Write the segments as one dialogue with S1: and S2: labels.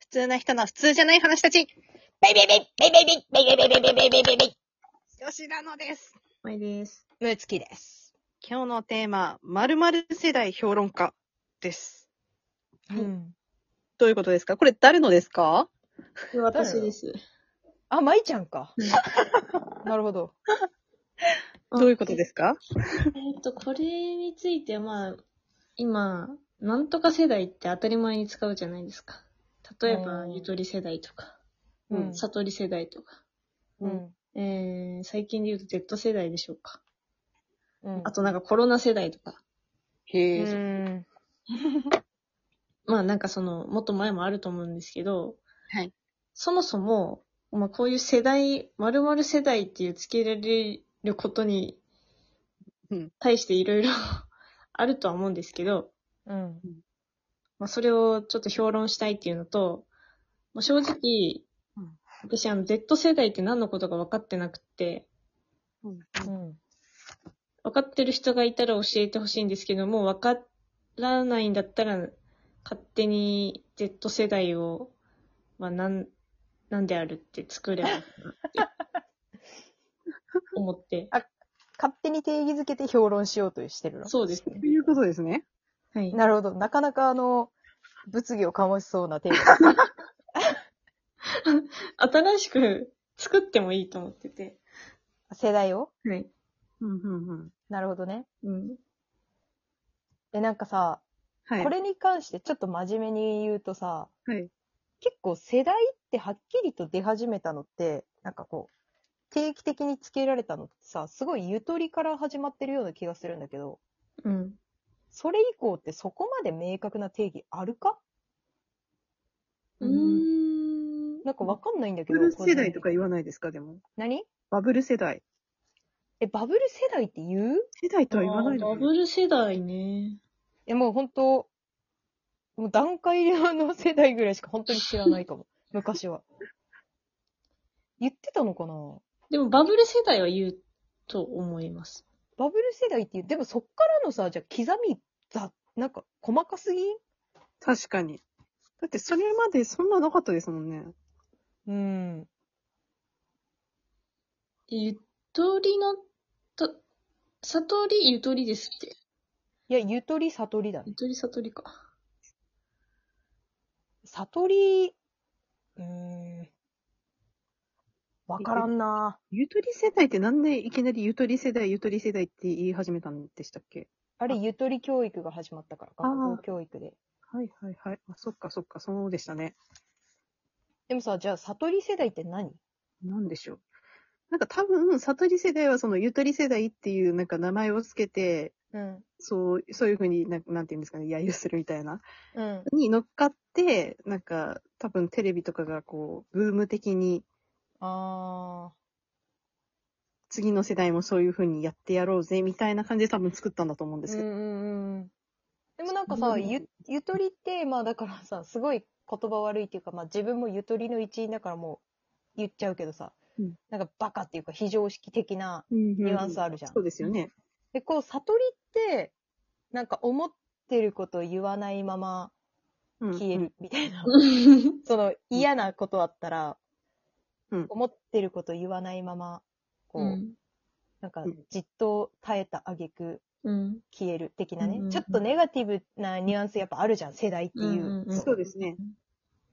S1: 普通な人の普通じゃない話たち、
S2: ベイベイベイベイベイベイベイベイベイベイベイベイベイ
S1: 吉田のです。
S3: まいです。
S1: むつきです。今日のテーマ、〇〇世代評論家です。はい
S3: うん。
S1: どういうことですかこれ誰のですか
S3: 私です。
S4: あ、まいちゃんか。なるほど。
S1: どういうことですか
S3: えーっと、これについて、まあ、今、なんとか世代って当たり前に使うじゃないですか。例えば、
S4: うん
S3: ゆとり世代とか、
S4: うん
S3: 悟り世代とか。
S4: うん。
S3: えー、最近で言うと Z 世代でしょうか。
S4: うん
S3: あとなんかコロナ世代とか。
S4: う
S1: へえ。
S4: ーん。
S3: まあなんかその、もっと前もあると思うんですけど、
S1: はい。
S3: そもそも、まあこういう世代、〇〇世代っていう付けられることに
S1: うん、
S3: 対していろい ろあるとは思うんですけど、
S4: うん。
S3: まあそれをちょっと評論したいっていうのと、まあ、正直
S1: うん、
S3: 私あの Z 世代って何のことか分かってなくて、
S4: うん。
S3: 分かってる人がいたら教えてほしいんですけども、分からないんだったら、勝手に Z 世代を、まあ、なん、なんであるって作ればいいなって 思って。
S4: 勝手に定義づけて評論しようとしてるの。
S3: そうですね
S1: と。いうことですね。
S3: はい。
S4: なるほど。なかなかあの、物議を醸しそうな定 義。
S3: 新しく作ってもいいと思ってて。
S4: 世代を
S3: はい。
S1: うんうんうん。
S4: なるほどね。
S3: うん。
S4: え、なんかさ、
S1: はい。
S4: これに関してちょっと真面目に言うとさ、
S1: はい
S4: 結構世代ってはっきりと出始めたのって、なんかこう、定期的につけられたのってさ、すごいゆとりから始まってるような気がするんだけど、
S3: うん。
S4: それ以降ってそこまで明確な定義あるか
S3: うーん。
S4: なんかわかんないんだけ
S1: バ
S4: ど。
S1: ブル世代と
S4: 個人的に
S1: か言わないですかでも。
S4: 何
S1: バブル世代。
S4: え、バブル世代って言う
S1: 世代とは言わない
S3: あー
S1: の
S3: バブル世代ね。
S4: え、もう本当もう段階量の世代ぐらいしか本当に知らないか も。昔は。言ってたのかな
S3: でもバブル世代は言うと思います。
S4: バブル世代って言う。でもそっからのさ、じゃあ刻みざ、なんか細かすぎん
S1: 確かに。だってそれまでそんななかったですもんね。
S4: うん。
S3: ゆとりの、と、悟りゆとりですって。
S4: いや、ゆとり悟りだね
S3: ゆ。とり悟りか。
S4: 悟り、うーん。わからんな
S1: ゆとり世代ってなんでいきなりゆとり世代、ゆとり世代って言い始めたんでしたっけ
S4: あれ、ゆとり教育が始まったから、
S1: あー
S4: 学校教育で。
S1: はいはいはい。あ、そっかそっか、そうでしたね。
S4: でもさ、じゃあ、悟り世代って何
S1: なんでしょう。なんか多分、悟り世代はそのゆとり世代っていうなんか名前をつけて、
S4: うん。
S1: そう、そういうふうになんなんていうんですかね、揶揄するみたいな。
S4: うん。
S1: に乗っかって、なんか多分テレビとかがこう、ブーム的に
S4: あ
S1: 次の世代もそういうふうにやってやろうぜみたいな感じで多分作ったんだと思うんで
S4: ー。
S1: す
S4: うん
S1: けど。
S4: うんうん。でもなんかさ、
S1: うん
S4: ゆ、ゆとりって、まあだからさ、すごい言葉悪いっていうか、まあ自分もゆとりの一員だからもう言っちゃうけどさ、
S1: うん
S4: なんかバカっていうか非常識的なニ
S1: ニ
S4: ュアンスあるじゃん。
S1: そうですよね。
S4: で、こう、悟りって、なんか思ってることを言わないまま
S1: うん
S4: 消える。みたいな。その嫌なことあったら、
S1: うん
S4: 思ってること言わないまま、こう、
S3: うん。
S4: なんか
S1: うん
S4: じっと耐えた挙句
S3: うん。
S4: 消える的な
S3: う
S4: ね、
S3: んうんうん
S4: ちょっとネガティブなニュアンスやっぱあるじゃん、世代っていう。
S3: うんうんん
S1: そうですね。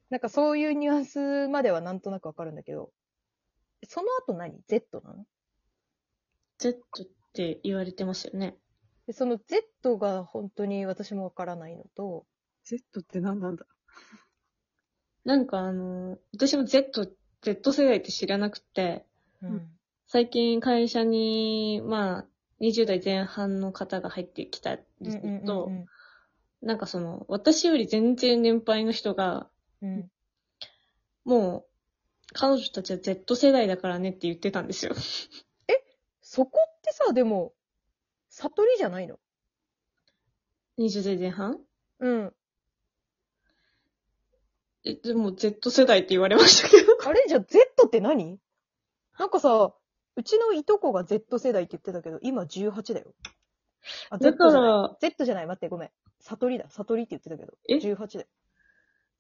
S4: なんかそういうニュアンスまではなんとなくわかるんだけど、その後何 ?Z なの
S3: Z って言われてますよね。
S4: でその Z が本当に私もわからないのと、
S1: Z って何なんだ
S3: なんかあの、私も Z、Z 世代って知らなくて、
S4: うん。
S3: 最近会社に、まあ、20代前半の方が入ってきたんですけど、なんかその、私より全然年配の人が、
S4: うんうん
S3: もう、彼女たちは Z 世代だからねって言ってたんですよ。
S4: そこってさ、でも、悟りじゃないの
S3: 20代前半
S4: うん。
S3: え、でも Z 世代って言われました けど。
S4: あれじゃあ Z って何なんかさ、うちのいとこが Z 世代って言ってたけど、今18だよ。あ、
S3: だ
S4: Z
S3: か
S4: じゃない。
S3: ら、
S4: Z じゃない、待って、ごめん。悟りだ、悟りって言ってたけど。
S3: え
S4: 18だよ。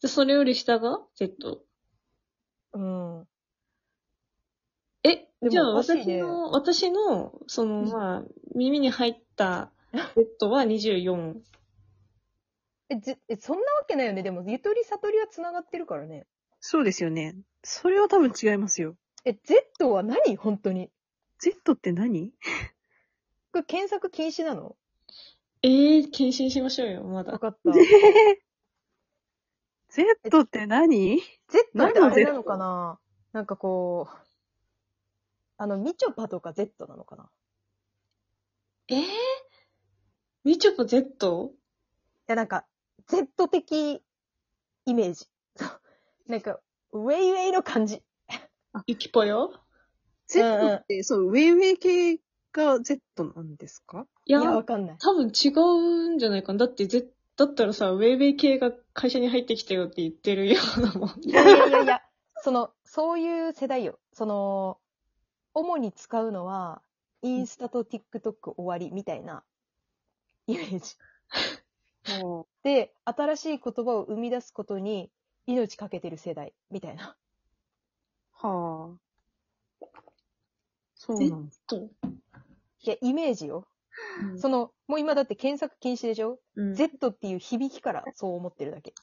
S3: で、それより下が ?Z。
S4: うん。
S3: え、
S4: でも
S3: じゃあ
S4: おかしい
S3: 私
S4: ね
S3: の、私の、その、
S1: うん
S3: まあ、耳に入った Z は24。
S4: え、ずえそんなわけないよね。でも、ゆとりさとりは繋がってるからね。
S1: そうですよね。それは多分違いますよ。
S4: え、Z は何本当に。
S1: Z って何
S4: これ検索禁止なの
S3: えー、検診しましょうよ、ま
S4: わ
S3: だ。
S4: かっ
S1: え
S4: た。
S1: ぇ Z って何
S4: Z ってあれ
S1: 何の Z？
S4: なのかななんかこう、あの、みちょぱとか Z なのかない
S3: えー、みちょぱ Z?
S4: や、なんか、Z 的イメージ。そうなんか、ウェイウェイの感じ。
S3: ゆきぽよ
S1: Z って、そう、ウェイウェイ系が Z なんですか
S3: い
S4: い
S3: や、
S4: や、わかんない。
S3: 多分違うんじゃないかな。だって、ぜだったらさ、ウェイウェイ系が会社に入ってきたよって言ってるようなもん。
S4: いやいやいやいや、その、そういう世代よ。その、主に使うのは、インスタと TikTok 終わりみたいなイメージ。
S1: も
S4: で、新しい言葉を生み出すことに命かけてる世代みたいな。
S1: う、はぁ。そうなんです。
S3: と
S4: いや、イメージよ。
S3: うん
S4: その、もう今だって検索禁止でしょ、
S3: うん
S4: ?Z っていう響きからそう思ってるだけ。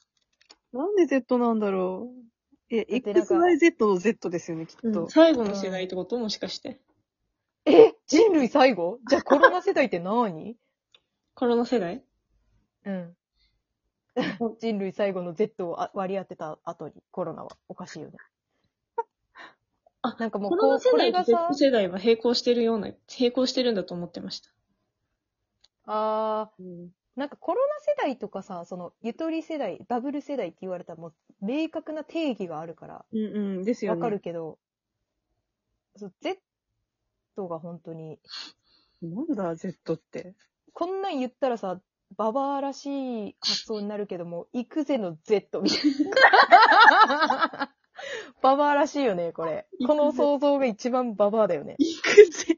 S1: なんで Z なんだろうえ、
S4: だってなんか
S1: XYZ の Z ですよね、きっ
S3: う
S1: と
S3: ん。最後の世代ってこともしかして。
S4: え人類最後じゃあ コロナ世代って何
S3: コロナ世代
S4: うん。人類最後の Z をあ割り当てた後にコロナはおかしいよね。
S3: あ
S4: なんかもう
S3: コ
S4: こう
S3: ロナ世
S4: こ
S3: 代
S4: れ
S3: と
S4: が
S3: Z
S4: さ、
S3: 世代は並行してるような、並行してるんだと思ってました。
S4: あ
S1: うん
S4: ー、なんかコロナ世代とかさ、そのゆとり世代、バブル世代って言われたらもう明確な定義があるから、
S1: うんうん、ですよ
S4: わ
S1: ね。
S4: かる。けど、そう Z が本当に、
S1: なんだ、Z って。
S4: こんなん言ったらさ、ババアらしい発想になるけども、行くぜの Z みたい な。ババアらしいよね、これ。この想像が一番ババアだよね。
S1: いくぜ。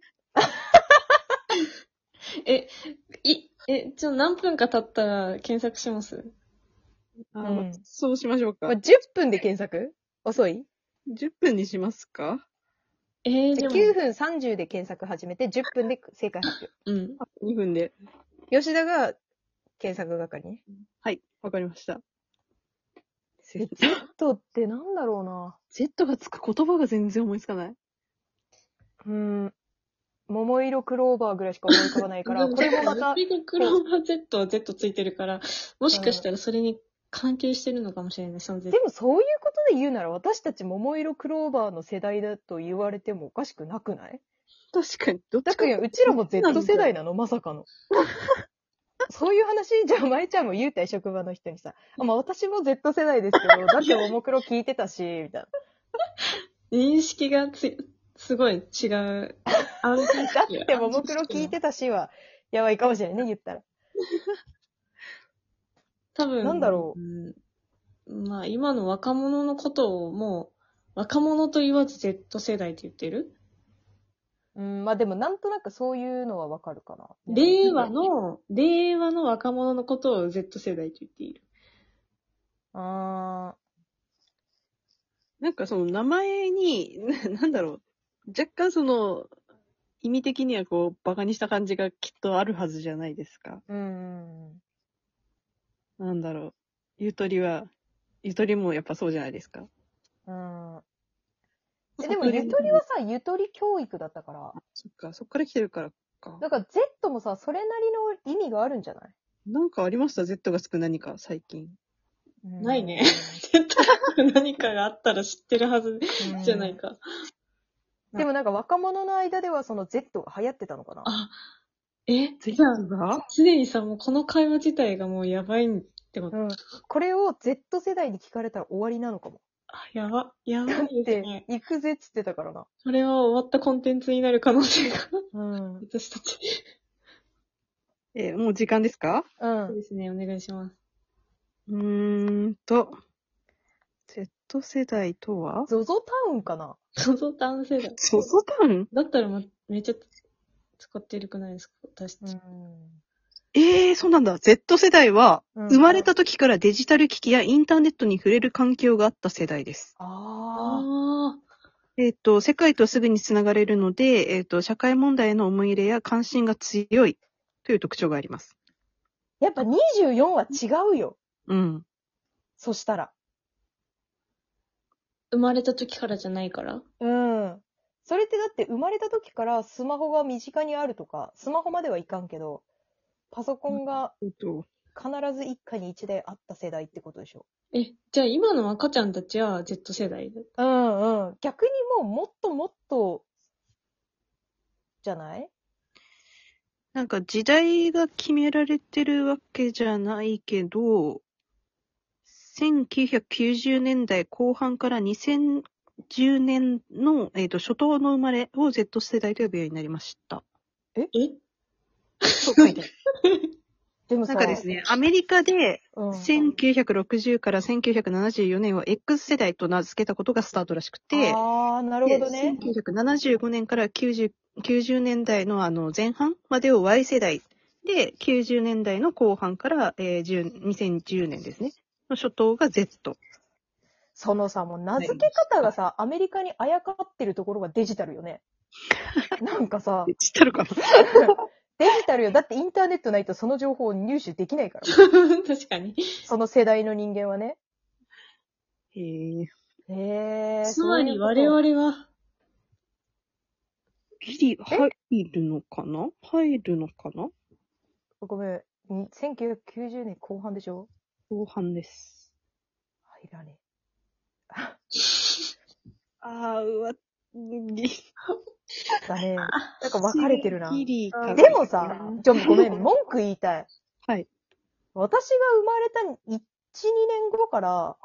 S3: え、い、え、ちょ、何分か経ったら検索します
S1: あ
S4: う
S1: ー
S4: ん
S1: そうしましょうか
S4: まあ、。10分で検索遅い
S1: 10分にしますか
S3: えー、
S4: じ
S3: で
S4: ゃあ
S3: も、
S4: ?9 分30で検索始めて、10分で正解発
S3: うん。
S1: あ2分で。
S4: 表。吉田が検索係ね。
S1: はい、わかりました。
S4: え
S1: Z,
S4: Z ってなんだろうな。
S1: Z がつく言葉が全然思いつかない。
S4: うーん。桃色クローバーぐらいしか思い浮かばない から、これもまた
S3: ア、メリカクローバー Z は Z ついてるから、もしかしたらそれに関係してるのかもしれない、その Z
S4: で。もそういうことで言うなら、私たち桃色クローバーの世代だと言われてもおかしくなくない
S1: 確かに。どっ
S4: だ
S1: ち
S4: か
S1: か。
S4: ら、うちらも
S1: なんだ
S4: Z 世代なのまさかの。 そういう話じゃあ、舞ちゃんも言うたい、職場の人にさ。あまあ、私も Z 世代ですけど、だってももクロ聞いてたし、みたい
S3: 認識がつ、すごい違う。安心
S4: な。 だってももクロ聞いてたしは、やばいかもしれないね、言ったら。
S3: 多分、
S4: なんだろ
S3: うんまあ、今の若者のことをもう、若者と言わず Z 世代って言ってる
S4: うん、まあでも、なんとなくそういうのはわかるかな。
S3: 令和の、令和の若者のことを Z 世代と言っている。
S4: あ
S1: なんかその名前に、 ななんだろう。若干その、意味的にはこう、馬鹿にした感じがきっとあるはずじゃないですか。
S4: ー、うん。
S1: なんだろう。ゆとりは、ゆとりもやっぱそうじゃないですか。
S4: うん。えでも、ゆとりはさ、ゆとり教育だったから、
S1: そっか、そっから来てるからか。
S4: だから Z もさ、それなりの意味があるんじゃない
S1: なんかありました ?Z がつく何か、最近。
S3: ないね Z 何かがあったら知ってるはず
S4: う ん
S3: じゃないか。
S4: でもなんか若者の間ではその Z が流行ってたのかな
S3: あ、え、
S1: Z
S3: じゃあ、
S1: が
S3: すでにさ、もうこの会話自体がもうやばいってこと。
S4: うん。これを Z 世代に聞かれたら終わりなのかも。
S3: あ、やば、やばいです
S4: で
S3: ね、。
S4: 行くぜっつってたからな。
S3: これは終わったコンテンツになる可能性 が。
S4: うん。うん。
S3: 私たち。
S1: えーもう時間ですか
S3: そうですね、お願いします。
S1: うーんと、Z 世代とは
S4: ゾゾタウンかな
S3: ゾゾタウン世代。
S1: ソソタウン
S3: だったら、ま、めっちゃ使ってるくないですか私たち。
S4: ん。
S1: ええー、そうなんだ。Z 世代は、
S4: うん
S1: 生まれた時からデジタル機器やインターネットに触れる環境があった世代です。
S4: あ
S3: あ
S1: えっ、と、世界とすぐにつながれるので、えっ、と、社会問題への思い入れや関心が強いという特徴があります。
S4: あ。やっぱ24は違うよ。
S1: うん。
S4: そしたら。
S3: 生まれた時からじゃないから
S4: うん。それってだって生まれた時からスマホが身近にあるとか、スマホまではいかんけど、パソコンが
S1: えっと、
S4: 必ず一家に一台あった世代ってことでしょ。
S3: え、じゃあ今の赤ちゃんたちは Z 世代だ
S4: うんうん。逆にもうもっともっと、じゃない
S1: なんか時代が決められてるわけじゃないけど、1990年代後半から2010年の、えっと初頭の生まれを Z 世代と呼ぶようになりました。
S3: え
S4: そう 書いてある。でも
S1: な
S4: さ、
S1: んかですね、アメリカで
S4: うん、
S1: 1960から1974年を X 世代と名付けたことがスタートらしくて、
S4: ああ、なる
S1: で
S4: ほどね。
S1: 1975年から 90, 90年代のあの前半までを Y 世代で、90年代の後半から、えー10 2010年ですね。の初頭が Z。
S4: そのさ、もう名付け方がさ、アメリカにあやかってるところがデジタルよ ね。なんかさ、
S1: 知ってる かな
S4: デジタルよ。だってインターネットないとその情報を入手できないから。
S3: 確かに。
S4: その世代の人間はね。
S1: へえ、
S4: へえ。
S3: つまり
S4: そう
S3: 我
S4: いうこと。
S3: 々は、
S1: ギリ入るのかな入るのかな
S4: ごめん。に1990年後半でしょ
S1: 後半です。
S4: 入らね
S1: あー、うわ、ギ
S4: え。だね。なんか分かれてるな。
S1: ギリかな
S4: でもさ、ちょ、ごめん。文句言いたい。
S1: はい。
S4: 私が生まれた1、2年後から、